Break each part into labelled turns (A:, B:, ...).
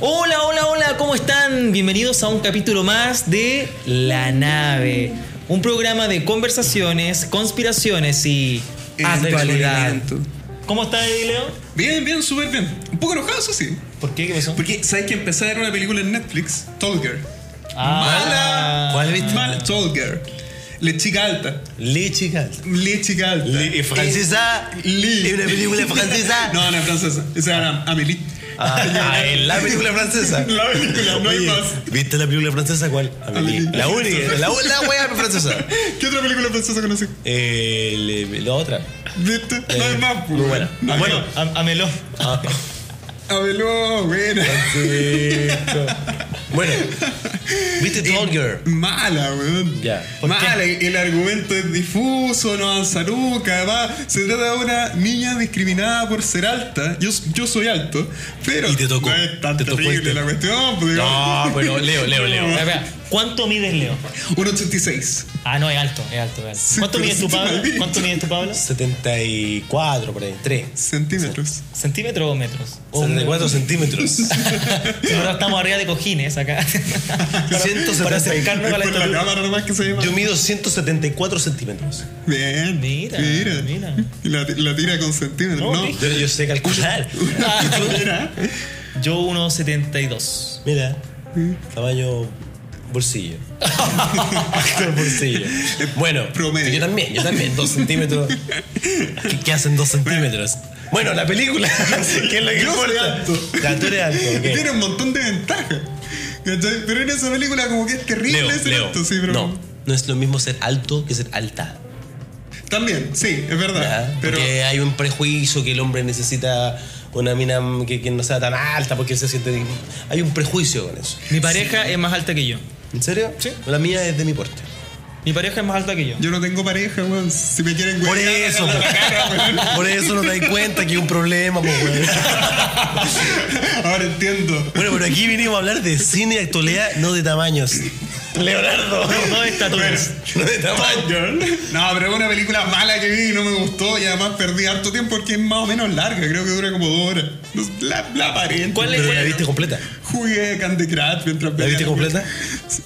A: Hola, hola, hola, ¿cómo están? Bienvenidos a un capítulo más de La Nave, un programa de conversaciones, conspiraciones y actualidad.
B: Entretenimiento.
A: ¿Cómo está, Edileo?
B: Bien, bien, súper bien. Un poco enojado, eso sí.
A: ¿Por qué? ¿Qué pasó?
B: Porque sabes que empecé a ver una película en Netflix, Tall Girl.
A: Ah.
B: Mala.
C: ¿Cuál viste?
B: Mala, Tall Girl. Le chica alta.
C: Leche Galta.
B: Le chica alta.
C: Le- es francesa.
B: Le.
C: Es una película francesa.
B: no, no es francesa. Esa era Amélie.
C: Ah, es la película francesa.
B: La película, no hay
C: Oye,
B: más.
C: ¿Viste la película francesa cuál?
B: Amélie.
C: La única, la, la wea francesa.
B: ¿Qué otra película francesa conoces?
C: Eh, le- la otra.
B: ¿Viste? No hay
C: Eh,
B: más, pues,
C: muy
B: weón.
C: buena.
B: No hay
A: Bueno,
B: más.
A: a- amelo.
C: Ah,
B: Ameló, buena.
C: bueno, ¿viste Tall Girl?
B: Mala, weón.
C: Ya,
A: ¿por qué?
B: Mala, el argumento es difuso, no avanza nunca. Además, se trata de una niña discriminada por ser alta. Yo, yo soy alto, pero
C: Y te tocó.
B: no es tan
C: Te tocó
B: terrible
C: este.
B: la cuestión. pues,
C: No,
B: digamos.
C: pero Leo, Leo, Leo.
A: Espera, espera. ¿Cuánto mides, Leo?
B: 1.86.
A: Ah, no, es alto, es alto. es alto. ¿Cuánto
B: pero
A: mides tú,
B: sí,
A: Pablo?
B: maldito.
A: ¿Cuánto mides tú, Pablo?
C: 74 por ahí, 3.
B: Centímetros.
A: ¿Centímetros o metros?
C: Oh,
A: O-
C: 74 centímetros.
A: Nosotros estamos arriba de cojines acá. para,
C: 170.
A: para acercarnos
B: Es
A: a la
B: por la
A: estatura.
B: cámara nomás que se llama.
C: Yo mido 174 centímetros.
B: Bien.
A: Mira,
B: Mira.
A: mira.
B: Y La, la tira con centímetros,
C: Oh,
A: No,
B: ¿no?
A: dije.
C: Yo, yo sé calcular.
B: Mira.
A: Yo 1,72.
C: Mira, tamaño bolsillo. Actor bolsillo. Bueno,
B: Promedio.
C: yo también, yo también. Dos centímetros. ¿Qué, qué hacen dos centímetros? Bueno, la película. ¿Qué es lo que
B: Yo soy
C: importa?
B: alto.
C: Ya, tú eres alto. ok.
B: Tiene un montón de ventajas. ¿Cachai? Pero en esa película como que es terrible
C: Leo,
B: ese
C: Leo,
B: alto, sí, pero...
C: No, no es lo mismo ser alto que ser alta.
B: También, sí, es verdad.
C: ¿ya?
B: Pero
C: Ah, Porque hay un prejuicio que el hombre necesita una mina que, que no sea tan alta porque se siente. Hay un prejuicio con eso.
A: Mi pareja es más alta que yo.
C: ¿En serio?
A: Sí.
C: La mía es de mi porte.
A: Mi pareja es más alta que yo.
B: yo no tengo pareja, weón. Si me quieren
C: Por
B: huevear,
C: eso,
B: háganlo a
C: po.
B: la cara, weón.
C: Por eso no te das cuenta que es un problema, po, weón.
B: Ahora entiendo.
C: Bueno, pero aquí vinimos a hablar de cine y actualidad, no de tamaños. Leonardo.
A: No de estaturas.
C: No de tamaños.
B: Girl. No, pero es una película mala que vi y no me gustó y además perdí harto tiempo porque es más o menos larga, creo que dura como dos horas. No, La, la aparente.
A: ¿Cuál es?
C: Pero la viste completa.
B: Jugué Candy Crush mientras veía
C: viste
B: película.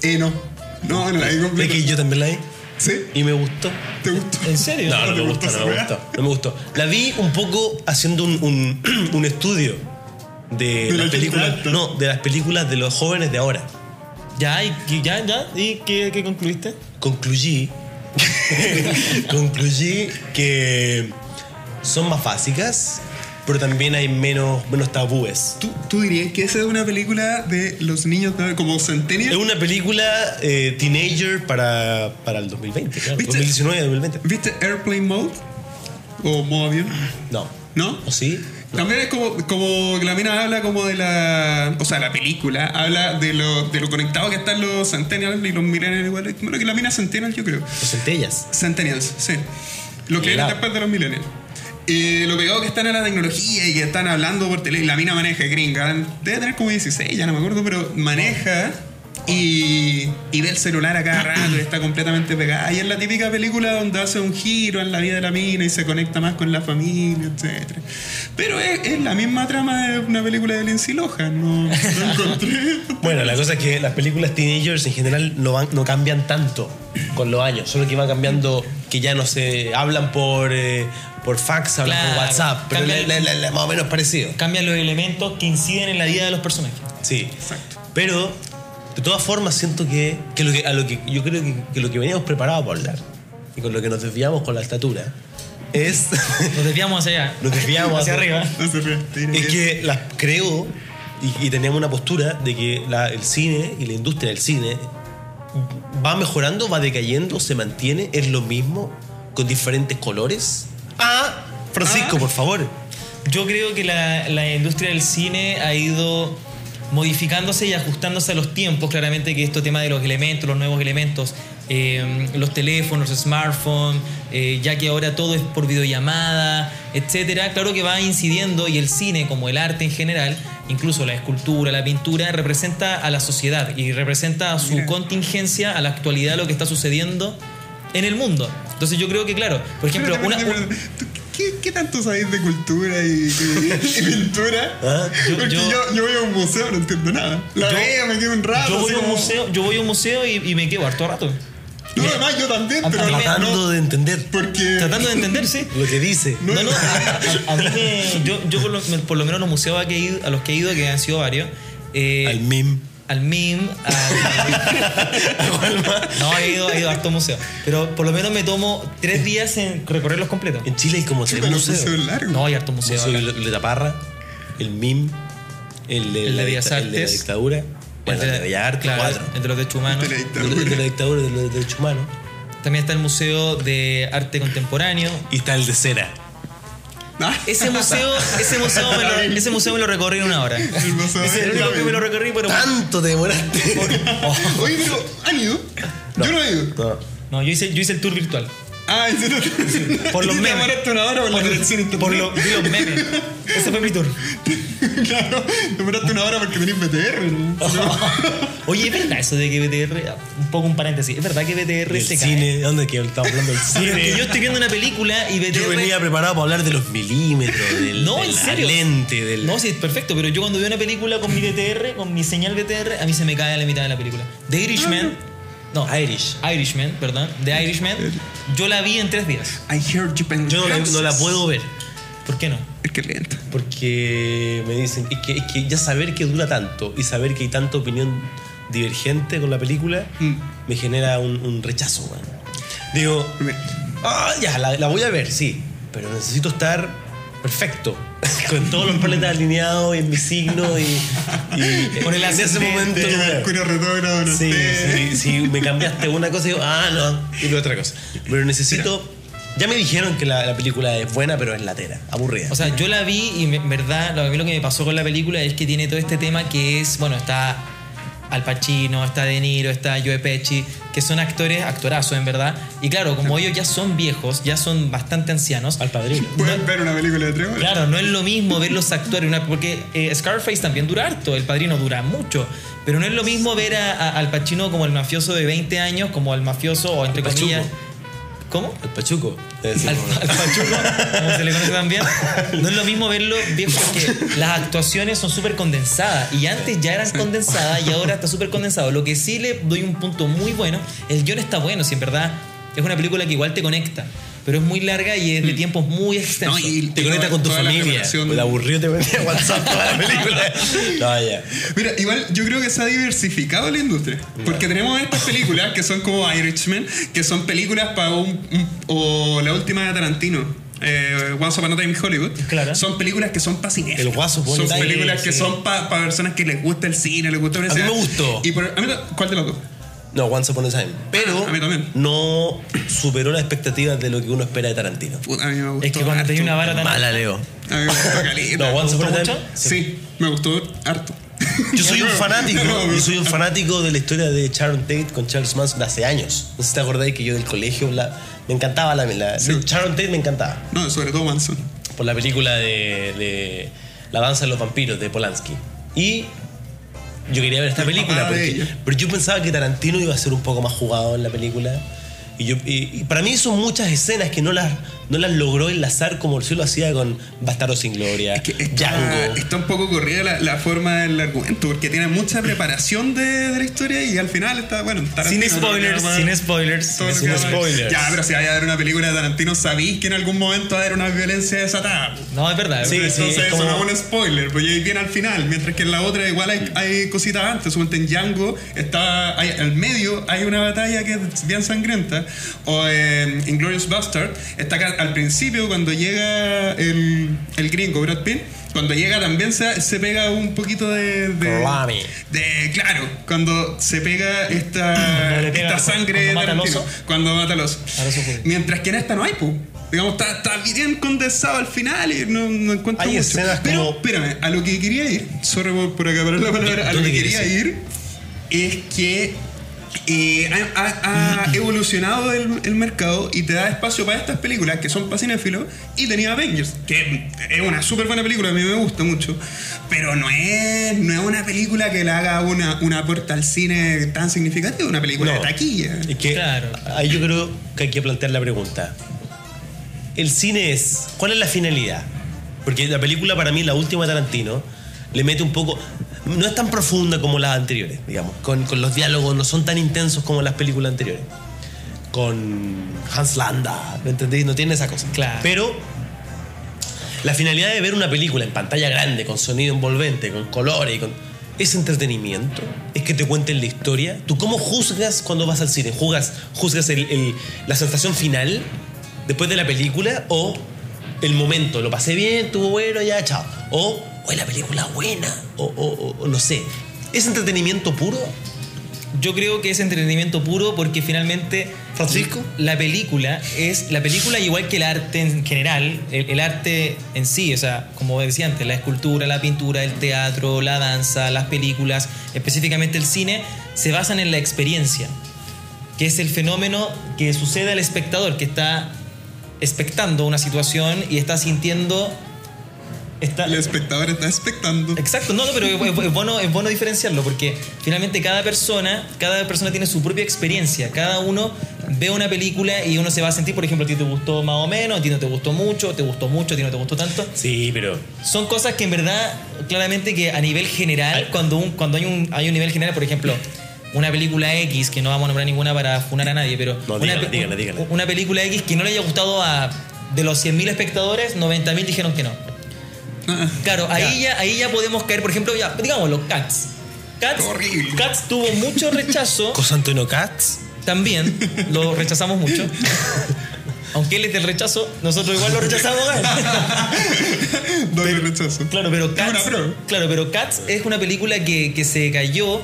B: Eh, no. No, no la vi
C: Es
B: completa.
C: que yo también la vi
B: ¿Sí?
C: y me gustó.
B: ¿Te gustó?
A: ¿En serio?
C: No, no
B: ¿Te
C: me
B: gustó
C: gustó,
B: esa
C: no me
B: weá?
C: gustó. No me gustó. La vi un poco haciendo un, un- un estudio de,
B: De la
C: las películas.
B: gente alta.
C: No, de las películas de los jóvenes de ahora.
A: Ya, y, y- ya, ya. ¿Y qué, qué concluiste?
C: Concluí. concluí que son más básicas, pero también hay menos, menos tabúes.
B: ¿Tú, tú dirías que esa es una película de los niños de- como
C: Es
B: Centennial?
C: una película eh, teenager para, para el 2020, claro.
B: ¿Viste?
C: 2019 2020.
B: ¿Viste Airplane Mode? ¿O modo avión?
C: No.
B: ¿No?
C: ¿O sí?
B: También es como, como que la mina habla como de la. O sea, la película habla de lo, de lo conectado que están los Centennials y los Millennials igual. Bueno, que la mina Centennial, yo creo.
C: ¿O centellas?
B: Centennials, sí. Lo que
C: Mira.
B: eran después de los Millennials. Eh, lo pegado que están a la tecnología y que están hablando por teléfono. La mina maneja gringa. Debe tener como 16, ya no me acuerdo, pero maneja y, y ve el celular a cada rato y está completamente pegada. Y es la típica película donde hace un giro en la vida de la mina y se conecta más con la familia, etc. Pero es, es la misma trama de una película de Lindsay Lohan. No, no encontré.
C: Bueno, la cosa es que las películas teenagers en general no, van- no cambian tanto con los años, solo que van cambiando, que ya no se hablan por, eh, por fax, hablan
A: Claro,
C: por WhatsApp, pero
A: cambian-
C: la- la- la- la- más o menos parecido.
A: Cambian los elementos que inciden en la vida de los personajes.
C: Sí.
B: Exacto.
C: Pero, de todas formas, siento que, que, lo que, a lo que yo creo que, que lo que veníamos preparados para hablar, y con lo que nos desviamos con la estatura, es...
A: Nos desviamos hacia allá.
C: Nos desviamos
A: hacia
C: hacia-
A: arriba.
B: No se ríe.
C: Es que las creo y, y teníamos una postura de que la- el cine y la industria del cine va mejorando, va decayendo, se mantiene, es lo mismo, con diferentes colores. Ah, Francisco,
B: Ah.
C: por favor.
A: Yo creo que la, la industria del cine ha ido modificándose y ajustándose a los tiempos. Claramente que este tema de los elementos, los nuevos elementos, eh, los teléfonos, los smartphones, eh, ya que ahora todo es por videollamada, etcétera, claro que va incidiendo y el cine, como el arte en general, incluso la escultura, la pintura, representa a la sociedad y representa a su
B: Mira.
A: contingencia, a la actualidad, lo que está sucediendo en el mundo. Entonces yo creo que, claro, por ejemplo, una... un-
B: ¿Tú- ¿Qué, qué tanto sabéis de cultura y, y- y pintura?
C: Ah,
A: yo-
B: Porque yo,
A: yo-
B: yo voy a un museo, no entiendo nada. La
A: Yo-
B: veo, me quedo un rato.
A: Yo voy
B: así
A: a un
B: como-
A: museo, yo voy a un museo y, y me quedo harto rato.
B: No, además yo también, pero no-
C: Tratando
B: no.
C: de entender
B: Porque.
A: Tratando de entender, sí.
C: lo que dice.
A: No, no, a, a- a mí me- Yo, yo por, lo, por lo menos los museos a, que he ido- a los que he ido, que han sido varios, eh,
C: Al meme.
A: al MIM, al... no, he ido, he ido a harto museo. Pero por lo menos me tomo tres días en recorrerlos completos.
C: En Chile hay como
B: Chuta,
C: tres
B: los
C: museos.
B: museos largos.
A: No, hay harto museo.
C: Museo
A: acá.
C: de la Taparra, el MIM, el de,
A: El
C: la,
A: de Bellas
C: dicta- el de la
A: Artes.
C: dictadura. Bueno, el de Bellas Artes,
A: claro,
C: cuatro.
A: entre los derechos humanos.
B: Entre la
C: El de- el de la dictadura, el de los derechos humanos.
A: También está el Museo de Arte Contemporáneo.
C: Y está el de cera.
B: Ah,
A: Ese museo, ese museo, me lo, ese museo me lo recorrí en una hora. Ese
B: el museo
A: es el
B: de-
A: único que me lo recorrí, pero...
C: ¡Tanto te demoraste!
B: Oye, pero ¿han ido? Yo no he ido.
C: No.
A: No, yo hice, yo hice el tour virtual.
B: Ah, en serio.
A: Por los
B: Te
A: memes.
B: demoraste una hora por, la conexión a internet.
A: Por lo- vi los memes. Ese fue mi tour.
B: Claro, te demoraste una hora porque tenés BTR. ¿no?
A: Oh. Oye, ¿es verdad eso de que BTR... Un poco un paréntesis. ¿Es verdad que BTR
C: El
A: se cae?
C: cine, ¿dónde que estamos hablando del
A: eh. Pero es
C: cine?
A: que yo estoy viendo una película y BTR...
C: Yo venía preparado para hablar de los milímetros, del,
A: No,
C: de
A: en
C: la
A: serio.
C: lente, del.
A: No, sí, es perfecto, pero yo cuando veo una película con mi BTR, con mi señal BTR, a mí se me cae a la mitad de la película. The Irishman... No,
C: Irish.
A: Irishman, perdón. The Irishman, yo la vi en tres días.
B: I heard you been
C: Yo no la, no la
B: houses.
C: puedo ver.
A: ¿Por qué no?
B: Es que lento.
C: Porque me dicen, es que, es que ya saber que dura tanto y saber que hay tanta opinión divergente con la película
B: Mm.
C: me genera un, un rechazo, weón. Digo, ah, ya, la, la voy a ver, sí, pero necesito estar perfecto, con todos los planetas alineados y en mi signo y, y
A: Con el
C: en ese
A: ascendente,
C: momento.
B: Tiene
C: weón.
B: Mercurio retrógrado en
C: Sí,
B: usted.
C: sí, sí, me cambiaste una cosa y digo, ah, no, y luego otra cosa. Pero necesito. Ya me dijeron que la, la película es buena, pero es latera, aburrida.
A: O sea, yo la vi y me- en verdad lo, a mí lo que me pasó con la película es que tiene todo este tema que es, bueno, está Al Pacino, está De Niro, está Joe Pesci, que son actores, actorazos en verdad. Y claro, como ellos ya son viejos, ya son bastante ancianos.
C: Al padrino.
B: Pueden ver una película de tres horas.
A: Claro, no es lo mismo ver los actores, una- porque eh, Scarface también dura harto, El Padrino dura mucho, pero no es lo mismo ver a, a- al Pacino como el mafioso de 20 años, como al mafioso, o entre
C: Pachuco.
A: comillas... ¿Cómo?
C: El Pachuco. le
A: al,
C: decimos.
A: al Pachuco, como se le conoce también. No es lo mismo verlo viejo porque las actuaciones son súper condensadas. Y antes ya eran condensadas y ahora está súper condensado. Lo que sí le doy un punto muy bueno, el guión está bueno, si en verdad es una película que igual te conecta. Pero es muy larga y es de tiempos muy extensos.
C: Te conecta con tu
B: toda la
C: familia.
B: generación-
C: El aburrido te metía a WhatsApp toda la película. No, ya.
B: Mira, igual yo creo que se ha diversificado la industria. Porque tenemos estas películas que son como Irishman, que son películas para un, un- o la última de Tarantino. Eh, Once Upon a Time in Hollywood
A: Claro.
B: son películas que son para cine
C: El guaso,
B: son
C: ponle ahí,
B: películas que
C: sí.
B: son para personas que les gusta el cine les gusta la
C: A mí me
B: escena.
C: gustó.
B: y por- a mí ta- ¿cuál de los dos?
C: No, Once Upon a Time. Pero
B: Ah, A mí también.
C: no superó las expectativas de lo que uno espera de Tarantino.
B: Puta, a mí me gustó
A: es que cuando te di
B: harto.
A: una vara tan...
C: Mala, Leo.
B: a mí me gustó caleta.
C: No, Once
A: gustó
C: Upon a Time.
A: mucho?
B: sí me gustó harto
C: Yo soy un fanático,
B: No,
C: yo soy un
B: no.
C: fanático de la historia de Sharon Tate con Charles Manson de hace años. No sé si te acordáis que yo del colegio la- me encantaba la, la
B: Sí.
C: Sharon Tate me encantaba
B: no sobre todo Manson
C: por la película de, de La danza de los vampiros de Polanski. Y yo quería ver esta
B: El
C: película,
B: papá de
C: porque-
B: ella.
C: pero yo pensaba que Tarantino iba a ser un poco más jugado en la película. Y, yo, y- y para mí son muchas escenas que no las, no las logró enlazar como sí lo hacía con Bastardo sin Gloria,
B: que está,
C: Django.
B: está un poco corrida la, la forma del argumento, porque tiene mucha preparación de, de la historia y al final está, bueno, Tarantino,
A: Sin spoilers,
B: todo lo que va-
A: sin spoilers.
B: todo lo
C: sin
B: que va-
C: spoilers.
B: Ya, pero si vaya a haber una película de Tarantino, sabéis que en algún momento va a haber una violencia desatada.
A: No, es verdad. es
C: Sí,
A: verdad.
C: sí.
B: Entonces
C: es como-
B: eso no es un spoiler, porque viene al final, mientras que en la otra igual hay, hay cositas antes. Suponte en Django, está, hay- al medio hay una batalla que es bien sangrenta. O en Inglorious Bastard, está acá al principio cuando llega el, el gringo Brad Pitt. Cuando llega también se, se pega un poquito de... de-
C: Salami.
B: de- claro, cuando se pega esta,
A: Cuando le pega-
B: esta sangre
A: cuando mata al
B: Tarantino,
A: oso.
B: cuando mata a los...
A: Al oso judío.
B: Mientras que en esta no hay, pu. Digamos, está, está bien condensado al final y no, no encuentro
C: Hay
B: mucho.
C: escenas
B: Pero,
C: como-
B: espérame, a lo que quería ir, sorry por, por acaparar la palabra, a lo
C: ¿Dónde
B: que
C: quieres
B: quería ir es que eh, ha, ha- ha evolucionado el, el mercado y te da espacio para estas películas que son para cinéfilos y tenía Avengers, que es una súper buena película, a mí me gusta mucho, pero no es, no es una película que le haga una, una aporte al cine tan significativa, una película
C: No.
B: de taquilla.
C: Es que
A: Claro.
C: ahí yo creo que hay que plantear la pregunta. el cine es? ¿Cuál es la finalidad? Porque la película para mí, la última de Tarantino, le mete un poco... No es tan profunda como las anteriores, digamos. Con, con los diálogos no son tan intensos como las películas anteriores. Con Hans Landa, ¿me entendéis? No tiene esa cosa.
A: Claro.
C: Pero la finalidad de ver una película en pantalla grande, con sonido envolvente, con colores, y con... es entretenimiento, es que te cuenten la historia. ¿Tú cómo juzgas cuando vas al cine? ¿Juzgas, juzgas el- el- la sensación final después de la película o el momento? ¿Lo pasé bien? ¿Tuvo bueno? Ya, chao. O, oye, la película buena. O, o- o- o no sé. ¿Es entretenimiento puro?
A: Yo creo que es entretenimiento puro porque finalmente
C: Francisco.
A: la película es la película igual que el arte en general, el, el arte en sí, o sea, como decía antes, la escultura, la pintura, el teatro, la danza, las películas, específicamente el cine, se basan en la experiencia, que es el fenómeno que sucede al espectador que está expectando una situación y está sintiendo está
B: El espectador está expectando.
A: Exacto, no, no, pero es, es bueno, es bueno diferenciarlo porque finalmente cada persona, cada persona tiene su propia experiencia, cada uno ve una película y uno se va a sentir, por ejemplo, a ti te gustó más o menos, a ti no te gustó mucho, te gustó mucho, a ti no te gustó tanto.
C: Sí, pero...
A: Son cosas que en verdad, claramente que a nivel general, cuando, un, cuando hay, un, hay un nivel general, por ejemplo, una película X, que no vamos a nombrar ninguna para funar a nadie, pero
C: No,
A: una,
C: dígala,
A: pe-
C: dígala, dígala.
A: una película X que no le haya gustado a de los 100.000 espectadores, 90.000 dijeron que no.
B: Ah,
A: Claro, ahí ya. ahí ya podemos caer, por ejemplo, ya, digámoslo, Cats. Cats,
B: Qué horrible.
A: Cats tuvo mucho rechazo,
C: ¿Cosa Antonio Katz?
A: también, lo rechazamos mucho. Aunque él es del rechazo, nosotros igual lo rechazamos.
B: doble rechazo.
A: Claro, pero
B: Cámara,
A: Cats,
B: bro.
A: claro, pero Cats es una película que, que se cayó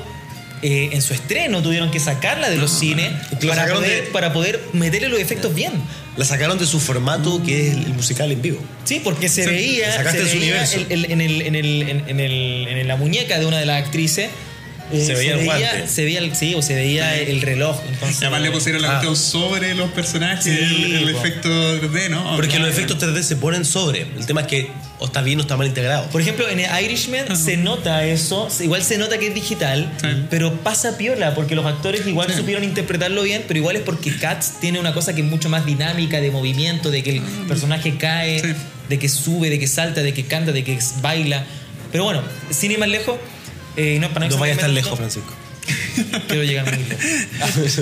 A: eh, en su estreno, tuvieron que sacarla de los cines
C: La
A: para
C: sacaron
A: poder,
C: de-
A: para poder meterle los efectos bien.
C: La sacaron de su formato que es el musical en vivo.
A: Sí, porque se
C: Sí,
A: veía,
C: te sacaste
A: se
C: de su
A: veía
C: universo.
A: el- el- en, el- en el- en- en el- en la muñeca de una de las actrices. eh,
C: Se veía el guante.
A: se veía el- sí, o se veía el reloj. Entonces,
B: Y además le pusieron la
C: Ah.
B: cuestión sobre los personajes,
A: Sí,
B: el, el
A: po.
B: efecto 3D, ¿no?
C: Porque los efectos 3D se ponen sobre. El tema es que o está bien o está mal integrado.
A: Por ejemplo, en el Irishman se nota eso, se- igual se nota que es digital,
B: Sí.
A: pero pasa piola, porque los actores igual
B: Sí.
A: supieron interpretarlo bien, pero igual es porque Cats tiene una cosa que es mucho más dinámica de movimiento, de que el
C: Ah.
A: personaje cae,
B: Sí.
A: de que sube, de que salta, de que canta, de que baila. Pero bueno, sin ir más lejos, eh, no, para
C: No vayas tan
A: extenderme
C: lejos,
A: tanto,
C: Francisco.
A: Quiero llegar muy lejos.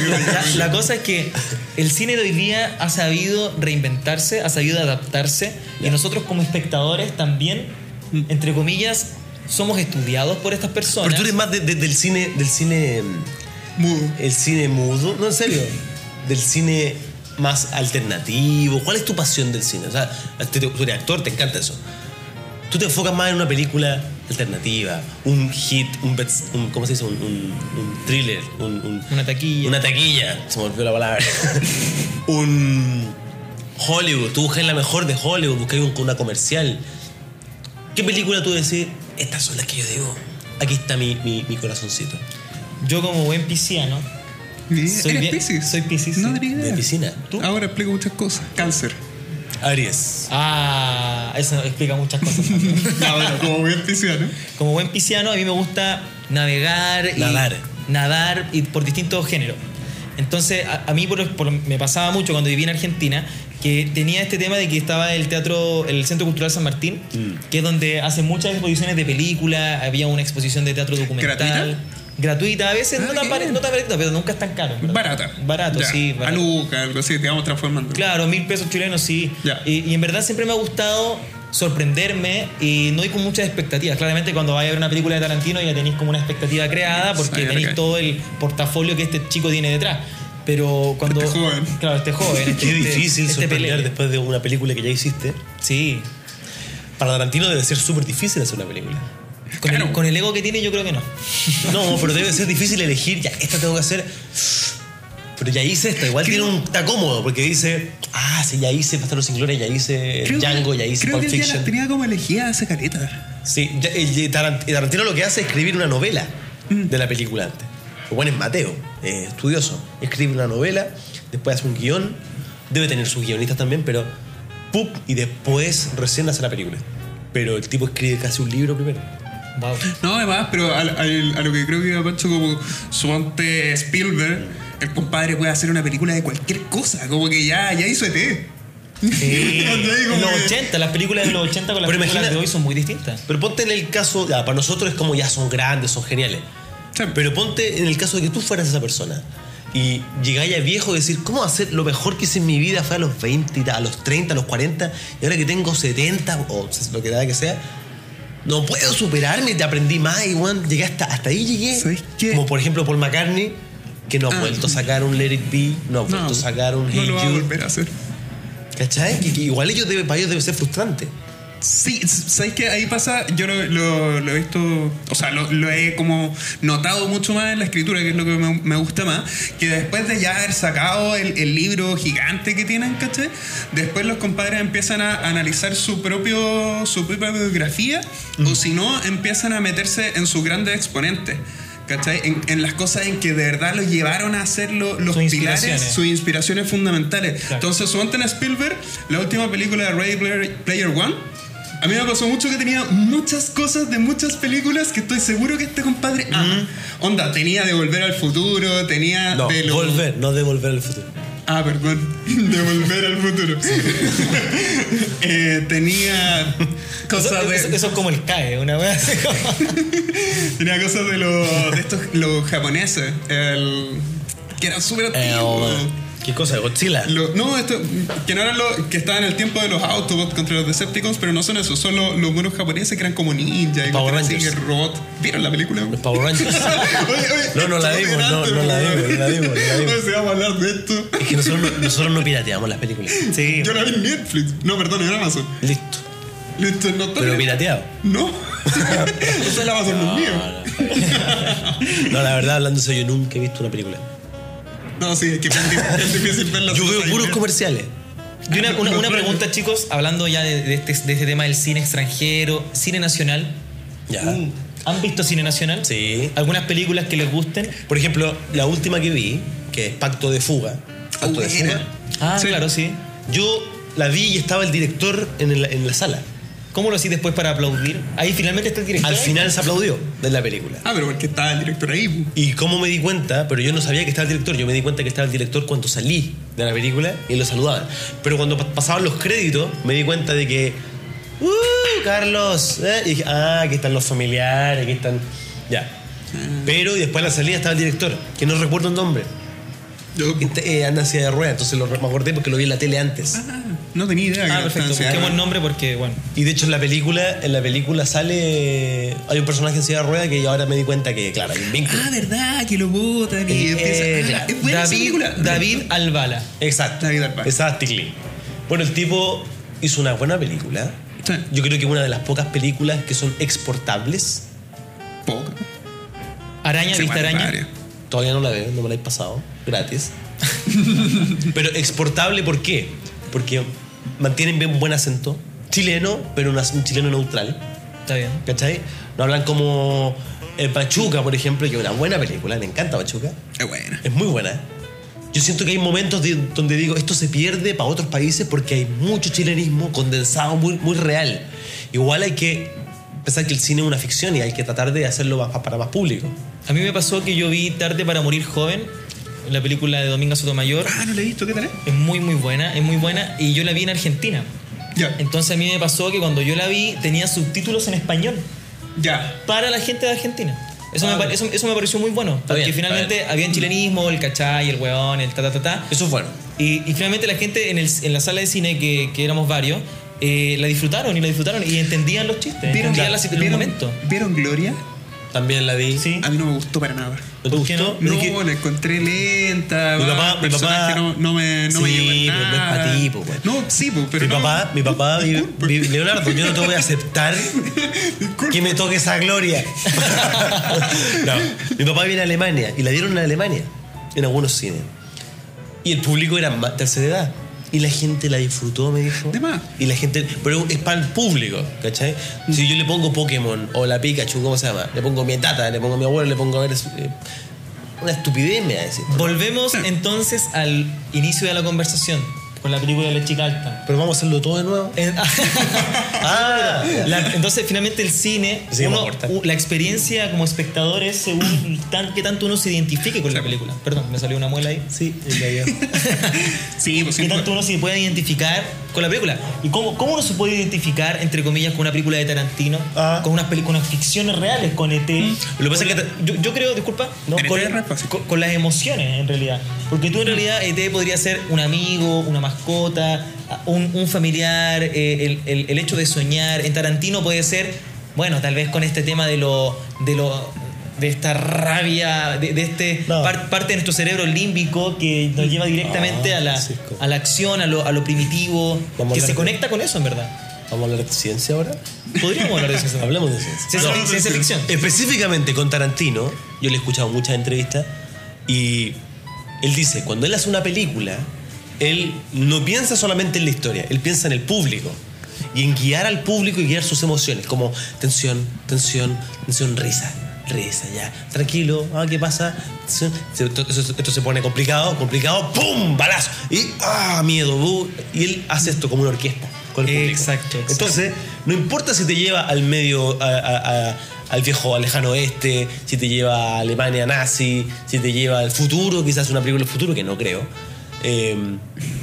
A: la, la cosa es que el cine de hoy día ha sabido reinventarse, ha sabido adaptarse y nosotros como espectadores también, entre comillas, somos estudiados por estas
C: Pero
A: personas.
C: tú eres más de- de- del cine. del cine.
B: Mudo.
C: el cine mudo. No, en serio. Del cine más alternativo. ¿Cuál es tu pasión del cine? O sea, a ti te- tú eres actor, te encanta eso. Tú te enfocas más en una película alternativa, un hit, un, best- un- ¿cómo se dice? Un, un- un thriller, un, un-
A: Una taquilla.
C: Una taquilla, se me olvidó la palabra. un Hollywood, tú buscas la mejor de Hollywood, buscas un- una comercial. ¿Qué película tú decís? Estas son las que yo digo. Aquí está mi, mi, mi corazoncito.
A: Yo como buen pisciano, Soy
B: ¿Eres
A: bien-
B: Piscis?
A: soy Piscis,
B: No
A: sí.
B: tenía idea.
C: De piscina. ¿Tú?
B: Ahora explico muchas cosas. Cáncer.
C: Aries.
A: ah, eso explica muchas cosas. también.
B: Ah, bueno, como bien pisciano.
A: como buen pisciano, a mí me gusta navegar y
C: Nadar.
A: nadar y por distintos géneros. Entonces, a, a mí por- por- me pasaba mucho cuando vivía en Argentina que tenía este tema de que estaba el teatro, el Centro Cultural San Martín,
B: Mm.
A: que es donde hacen muchas exposiciones de película, había una exposición de teatro documental.
B: ¿Gratuita?
A: Gratuita, a veces
B: Ah,
A: no, tan
B: qué
A: bare-
B: bien.
A: no tan barata, pero nunca es tan caro. en verdad.
B: Barata.
A: Barato,
B: Ya.
A: sí.
B: A
A: barato.
B: Luca, algo así, te vamos transformando.
A: Claro, mil pesos chilenos, sí.
B: Ya.
A: Y, y en verdad siempre me ha gustado sorprenderme y no ir con muchas expectativas. Claramente cuando vayas a ver una película de Tarantino ya tenéis como una expectativa creada porque
B: Ay,
A: tenéis
B: ok.
A: todo el portafolio que este chico tiene detrás. Pero cuando...
B: Este joven.
A: Claro, este joven. este-
C: Qué
A: este-
C: difícil
A: este
C: sorprender
A: pelele.
C: después de una película que ya hiciste.
A: Sí.
C: Para Tarantino debe ser súper difícil hacer una película.
A: Con, el,
B: Claro.
A: con el ego que tiene yo creo que no.
C: No, pero debe ser difícil elegir, ya, esta tengo que hacer. Pero ya hice esta, igual tiene un, está cómodo porque dice, ah, sí, ya hice Bastardo sin Gloria, ya hice
B: Creo que-
C: Django, ya hice
B: Creo
C: Pulp
B: que él ya las
C: Fiction.
B: tenía como elegida esa careta.
C: Sí, ya- y- y Taran- y Tarantino lo que hace es escribir una novela de la película antes. Lo bueno es Mateo, eh, estudioso. Escribe una novela, después hace un guión, debe tener sus guionistas también, pero ¡pup! y después recién hace la película. Pero el tipo escribe casi un libro primero.
A: Wow.
B: No, además, pero al- al- a lo que creo que iba Pancho, como su ante Spielberg, el compadre puede hacer una película de cualquier cosa, como que ya, ya hizo E ET.
A: Sí.
B: Ahí como
A: en los
B: que-
A: 80, las películas de los 80 con las
C: Pero
A: películas
C: imagina-
A: de hoy son muy distintas.
C: Pero ponte en el caso, ya, para nosotros es como ya son grandes, son geniales.
B: Sí.
C: Pero ponte en el caso de que tú fueras esa persona y llegáis a viejo y decir, ¿cómo hacer lo mejor que hice en mi vida fue a los 20, y tal, a los 30, a los 40 y ahora que tengo 70 o lo que da que sea? No puedo superarme, te aprendí más y bueno, llegué hasta, hasta ahí llegué.
B: ¿Sabes qué?
C: Como por ejemplo Paul McCartney, que no ha
B: Ah.
C: vuelto a sacar un Let It Be, no ha vuelto a sacar un
B: no
C: Hey
B: lo va a
C: Jude.
B: volver a hacer.
C: ¿Cachai? Que, que igual ellos debe, para ellos debe ser frustrante.
B: Sí, ¿sabes qué? Ahí pasa, yo lo, lo- lo he visto, o sea, lo, lo he como notado mucho más en la escritura, que es lo que me, me gusta más, que después de ya haber sacado el, el libro gigante que tienen, ¿cachai? Después los compadres empiezan a analizar su, propio, su propia biografía, o si no, empiezan a meterse en sus grandes exponentes. ¿Cachai? En, en las cosas en que de verdad los llevaron a hacer lo- los
A: Sus
B: pilares,
A: inspiraciones.
B: sus inspiraciones fundamentales.
A: Claro.
B: Entonces, suponte en Spielberg, la última película de Ready Player, Player One, a mí me pasó mucho que tenía muchas cosas de muchas películas que estoy seguro que este compadre ama. Onda, tenía de Volver al Futuro, tenía
C: No,
B: de lo-
C: volver, no devolver al futuro.
B: Ah, perdón, de Volver al Futuro. Eh, tenía
A: Eso,
B: cosas de...
A: eso- eso es como el CAE, una wea así como-
B: Tenía cosas de, los de estos los japoneses, el- que eran súper antiguos.
C: ¿Qué cosa? ¿Godzilla?
B: Lo- no, esto, que no eran los que estaban en el tiempo de los Autobots contra los Decepticons, pero no son esos, son los, los buenos japoneses que eran como ninja y
C: Power
B: cosas así,
C: Rangers.
B: que robot. ¿Vieron la película?
C: Los Power Rangers.
B: Oye, oye,
C: No, no la
B: estamos
C: vimos, no,
B: delante,
C: no la
B: weón.
C: vimos, no la vimos, no la vimos.
B: Oye, se va a hablar de esto.
C: Es que nosotros no, nosotros no pirateamos las películas.
A: Sí.
B: Yo la vi en Netflix. No, perdón, en Amazon.
C: Listo.
B: Listo, no está
C: Pero
B: bien.
C: pirateado.
B: No. Eso es la Amazon, no es mío.
C: No, la verdad, hablando en serio, yo nunca he visto una película.
B: No, sí, es que es difícil verla.
C: Yo veo puros
B: comerciales.
C: comerciales.
A: Y una, una- una
B: Los-
A: pregunta, chicos, hablando ya de, de este, de este tema del cine extranjero, cine nacional.
C: Ya.
A: Mm. ¿Han visto cine nacional?
C: Sí.
A: ¿Algunas películas que les gusten?
C: Por ejemplo, la última que vi, que es Pacto de Fuga. Pacto de Fuga.
A: Ah,
B: Sí.
A: claro, sí.
C: Yo la vi y estaba el director en la, en la sala.
A: ¿Cómo lo hacís después para aplaudir? Ahí finalmente está el director.
C: Al final se aplaudió de la película.
B: Ah, pero porque estaba el director ahí. pu.
C: Y cómo me di cuenta, pero yo no sabía que estaba el director, yo me di cuenta que estaba el director cuando salí de la película y lo saludaban. Pero cuando pa- pasaban los créditos, me di cuenta de que, ¡Uh, Carlos! eh", Y dije, ah, aquí están los familiares, aquí están... Ya. Pero y después a la salida estaba el director, que no recuerdo el nombre.
B: Yo
C: que te- eh, anda hacia de rueda, entonces lo re- me acordé porque lo vi en la tele antes.
B: ah, no tenía idea. que
A: Ah,
B: era
A: perfecto.
B: tan ansiado.
A: Busquemos el nombre porque, bueno.
C: Y de hecho en la película, en la película sale... Hay un personaje en silla de rueda que yo ahora me di cuenta que, claro, hay un vínculo.
B: Ah, verdad, que lo botan y
C: Eh,
B: empieza.
C: eh,
B: ah,
C: claro.
B: es buena esa
A: David,
B: película.
A: David Albala.
C: Exacto.
B: David Arpad.
C: Exactly. Bueno, el tipo hizo una buena película.
B: Sí.
C: Yo creo que una de las pocas películas que son exportables.
B: Poca.
A: Araña,
B: Sí,
A: viste
B: bueno,
A: araña.
B: varias.
C: Todavía no la veo, no me la he pasado. Gratis. pero exportable, ¿por qué? Porque mantienen bien buen acento. Chileno, pero una- un chileno neutral.
A: Está bien.
C: ¿Cachai? No hablan como el Pachuca, por ejemplo, que es una buena película. Me encanta Pachuca.
B: Es buena.
C: Es muy buena. Yo siento que hay momentos de- donde digo, esto se pierde para otros países porque hay mucho chilenismo condensado muy, muy real. Igual hay que pensar que el cine es una ficción y hay que tratar de hacerlo más- para más público.
A: A mí me pasó que yo vi Tarde para morir joven, la película de Dominga Sotomayor.
B: Ah, no la he visto, ¿qué tal? es?
A: Es muy, muy buena, es muy buena. Y yo la vi en Argentina.
B: Ya.
A: Entonces a mí me pasó que cuando yo la vi tenía subtítulos en español
B: Ya.
A: para la gente de Argentina. Eso,
C: Ah,
A: me, pare-
C: bien.
A: eso, eso me pareció muy bueno. Porque
C: bien, está
A: finalmente
C: bien.
A: había en chilenismo, el cachay, el weón, el ta ta ta ta.
C: Eso es bueno.
A: Y, y finalmente la gente en, el- en la sala de cine, que, que éramos varios, eh, la disfrutaron y la disfrutaron y entendían los chistes, entendían la, sit- los momentos.
B: ¿Vieron Gloria?
C: También la vi.
A: Sí.
B: A mí no me gustó para nada.
C: ¿No te
A: ¿Por qué
C: gustó?
B: No,
C: Es que-
B: la encontré lenta.
C: Mi
B: va,
C: papá- mi
B: personaje
C: papá-
B: no, no me, no me
C: Sí,
B: llevó en
C: pero no es
B: nada.
C: pa' ti, po, güey.
B: No, sí, po, pero
C: mi
B: no.
C: papá, mi papá vi- vi- Leonardo, yo no te voy a aceptar
B: Disculpa.
C: que me toque esa gloria. no, mi papá viene a Alemania y la dieron en Alemania, en algunos cines. Y el público era más tercera edad. Y la gente la disfrutó, me dijo.
B: De más.
C: Y la gente. Pero es para el público, ¿cachai? Si yo le pongo Pokémon o la Pikachu, ¿cómo se llama? Le pongo mi tata, le pongo mi abuelo, le pongo a ver. eh, una estupidez, me va a decir.
A: Volvemos entonces al inicio de la conversación con la película de la chica alta.
C: Pero vamos a hacerlo todo de nuevo.
A: En-
C: Ah,
A: La- entonces, finalmente el cine,
C: Sí,
A: uno-
C: me aporta.
A: u- la experiencia como espectador es según tan, qué tanto uno se identifique con la película. Perdón, me salió una muela ahí.
C: Sí, el de allá.
B: Sí, pues
A: Qué
B: sí.
A: tanto uno se puede identificar con la película. ¿Y cómo, cómo uno se puede identificar, entre comillas, con una película de Tarantino,
C: Ah.
A: con unas películas, ficciones reales, con ET? Lo que pasa es que yo, yo creo, disculpa, no,
B: Mm. En
A: con,
B: ET es re fácil. Mm.
A: con- con las emociones en realidad. Porque tú en realidad ET podría ser un amigo, una mascota, un, un familiar, eh, el, el- el hecho de soñar. En Tarantino puede ser, bueno, tal vez con este tema de lo... De lo de esta rabia, de, de este
C: No.
A: par- parte de nuestro cerebro límbico que nos lleva directamente
C: Ah,
A: a, la,
C: sí, co-
A: a la acción, a lo, a lo primitivo,
C: Vamos a
A: que
C: hablar
A: se
C: de-
A: conecta con eso en verdad.
C: ¿Vamos a hablar de ciencia ahora?
A: Podríamos hablar de eso. este
C: Hablemos de ciencia.
A: Ciencia,
B: No.
A: ciencia ficción.
C: Específicamente con Tarantino, yo le he escuchado muchas entrevistas y él dice, cuando él hace una película, él no piensa solamente en la historia, él piensa en el público y en guiar al público y guiar sus emociones, como tensión, tensión, tensión, risa. Risa, ya. Tranquilo, ah, ¿qué pasa? Tensión. Se- Esto, eso- esto se pone complicado, complicado, ¡pum! Balazo. Y, ah, miedo, bu. Y él hace esto como una orquesta con el público.
A: Exacto, exacto.
C: Entonces, no importa si te lleva al medio, a- a- a- al viejo al lejano oeste, si te lleva a Alemania nazi, si te lleva al futuro, quizás una película del futuro, que no creo. Eh,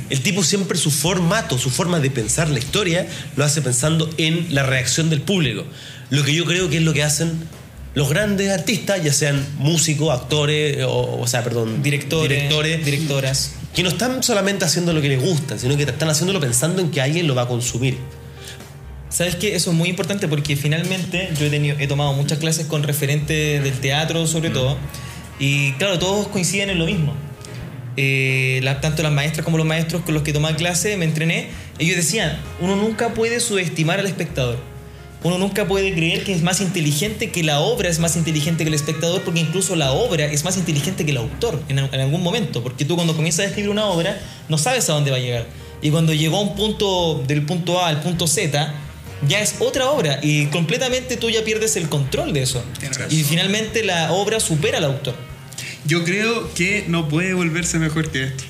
C: el tipo siempre su formato, su forma de pensar la historia, lo hace pensando en la reacción del público. Lo que yo creo que es lo que hacen los grandes artistas, ya sean músicos, actores, eh, o, o sea, perdón,
A: Directores,
C: directores,
A: directoras.
C: que no están solamente haciendo lo que les gusta, sino que están haciéndolo pensando en que alguien lo va a consumir.
A: ¿Sabes qué? Eso es muy importante porque finalmente yo he, tenido, he tomado muchas clases con referentes del teatro,
C: Mm.
A: sobre todo, y claro, todos coinciden en lo mismo. Eh, la- tanto las maestras como los maestros con los que tomaba clase, me entrené, ellos decían, uno nunca puede subestimar al espectador. Uno nunca puede creer que es más inteligente que la obra, es más inteligente que el espectador, porque incluso la obra es más inteligente que el autor en, en algún momento, porque tú cuando comienzas a escribir una obra no sabes a dónde va a llegar. Y cuando llegó a un punto del punto A al punto Z, ya es otra obra y completamente tú ya pierdes el control de eso.
B: Tienes razón.
A: Y finalmente la obra supera al autor.
B: Yo creo que no puede volverse mejor que esto.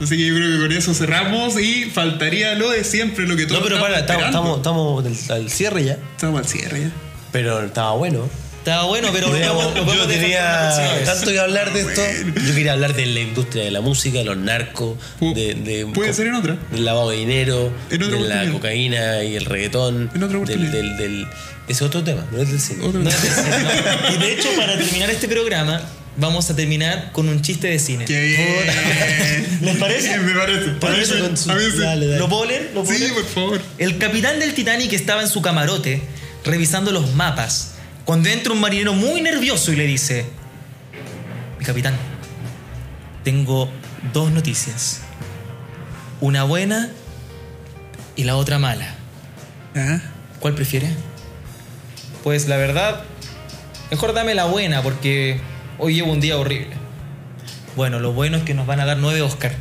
B: Así que yo creo que con eso cerramos y faltaría lo de siempre, lo que todos
C: No, pero para, estamos,
B: esperando.
C: estamos, estamos del- al cierre ya.
B: Estamos al cierre ya.
C: Pero estaba bueno.
A: Estaba bueno, pero lo
C: Teníamos-
A: podemos- lo podemos
C: yo
A: dejar para la próxima
C: tenía
A: vez.
C: tanto que hablar de esto. Yo quería hablar de la industria de la música, de los narcos,
A: Uh,
B: Pu-
C: de, de-
B: puede ser en otra.
C: del lavado de dinero,
B: En otra
C: de la
B: oportunidad.
C: cocaína y el reggaetón.
B: En otra
C: del,
B: oportunidad.
C: del, del- ese es otro tema, no es del cine.
B: Otro-
A: No es del cine, no. Y de hecho, para terminar este programa, vamos a terminar con un chiste de cine.
B: ¡Qué bien!
A: ¿Les parece?
B: Me parece.
C: Por
B: A mí
C: eso
B: sí,
C: con su-
B: a mí sí.
C: dale, dale.
A: ¿Lo puedo leer? ¿Lo puedo
B: Sí,
A: leer?
B: por favor.
A: El capitán del Titanic estaba en su camarote revisando los mapas cuando entra un marinero muy nervioso y le dice, mi capitán, tengo dos noticias. Una buena y la otra mala.
B: Ah,
A: ¿Cuál prefiere? Pues la verdad, mejor dame la buena porque hoy llevo un día horrible. Bueno, lo bueno es que nos van a dar nueve Oscar.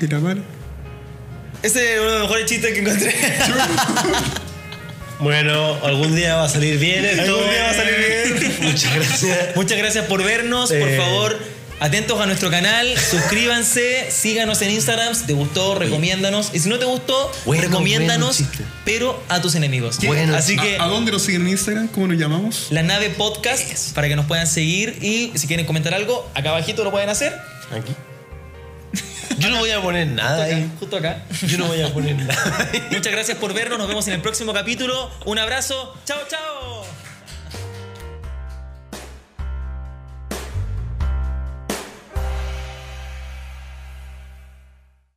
B: ¿Y la mano?
A: Ese es uno de los mejores chistes que encontré.
C: Bueno, algún día va a salir bien esto.
A: Algún día va a salir bien.
C: Muchas gracias.
A: Muchas gracias por vernos, por
C: Eh.
A: favor. Atentos a nuestro canal, suscríbanse, síganos en Instagram, si te gustó, recomiéndanos. Y si no te gustó,
C: Bueno,
A: recomiéndanos,
C: bueno, chiste.
A: pero a tus enemigos.
C: Bueno, Ah,
A: Así
B: ¿A-
A: que
B: ¿A, dónde nos siguen en Instagram? ¿Cómo nos llamamos?
A: la nave podcast para que nos puedan seguir y si quieren comentar algo, acá abajito lo pueden hacer.
C: Aquí. Yo no voy a poner nada
A: Acá,
C: Ah, ahí.
A: justo acá.
C: Yo no voy a poner nada ahí.
A: Muchas gracias por vernos. Nos vemos en el próximo capítulo. Un abrazo. Chao, chao.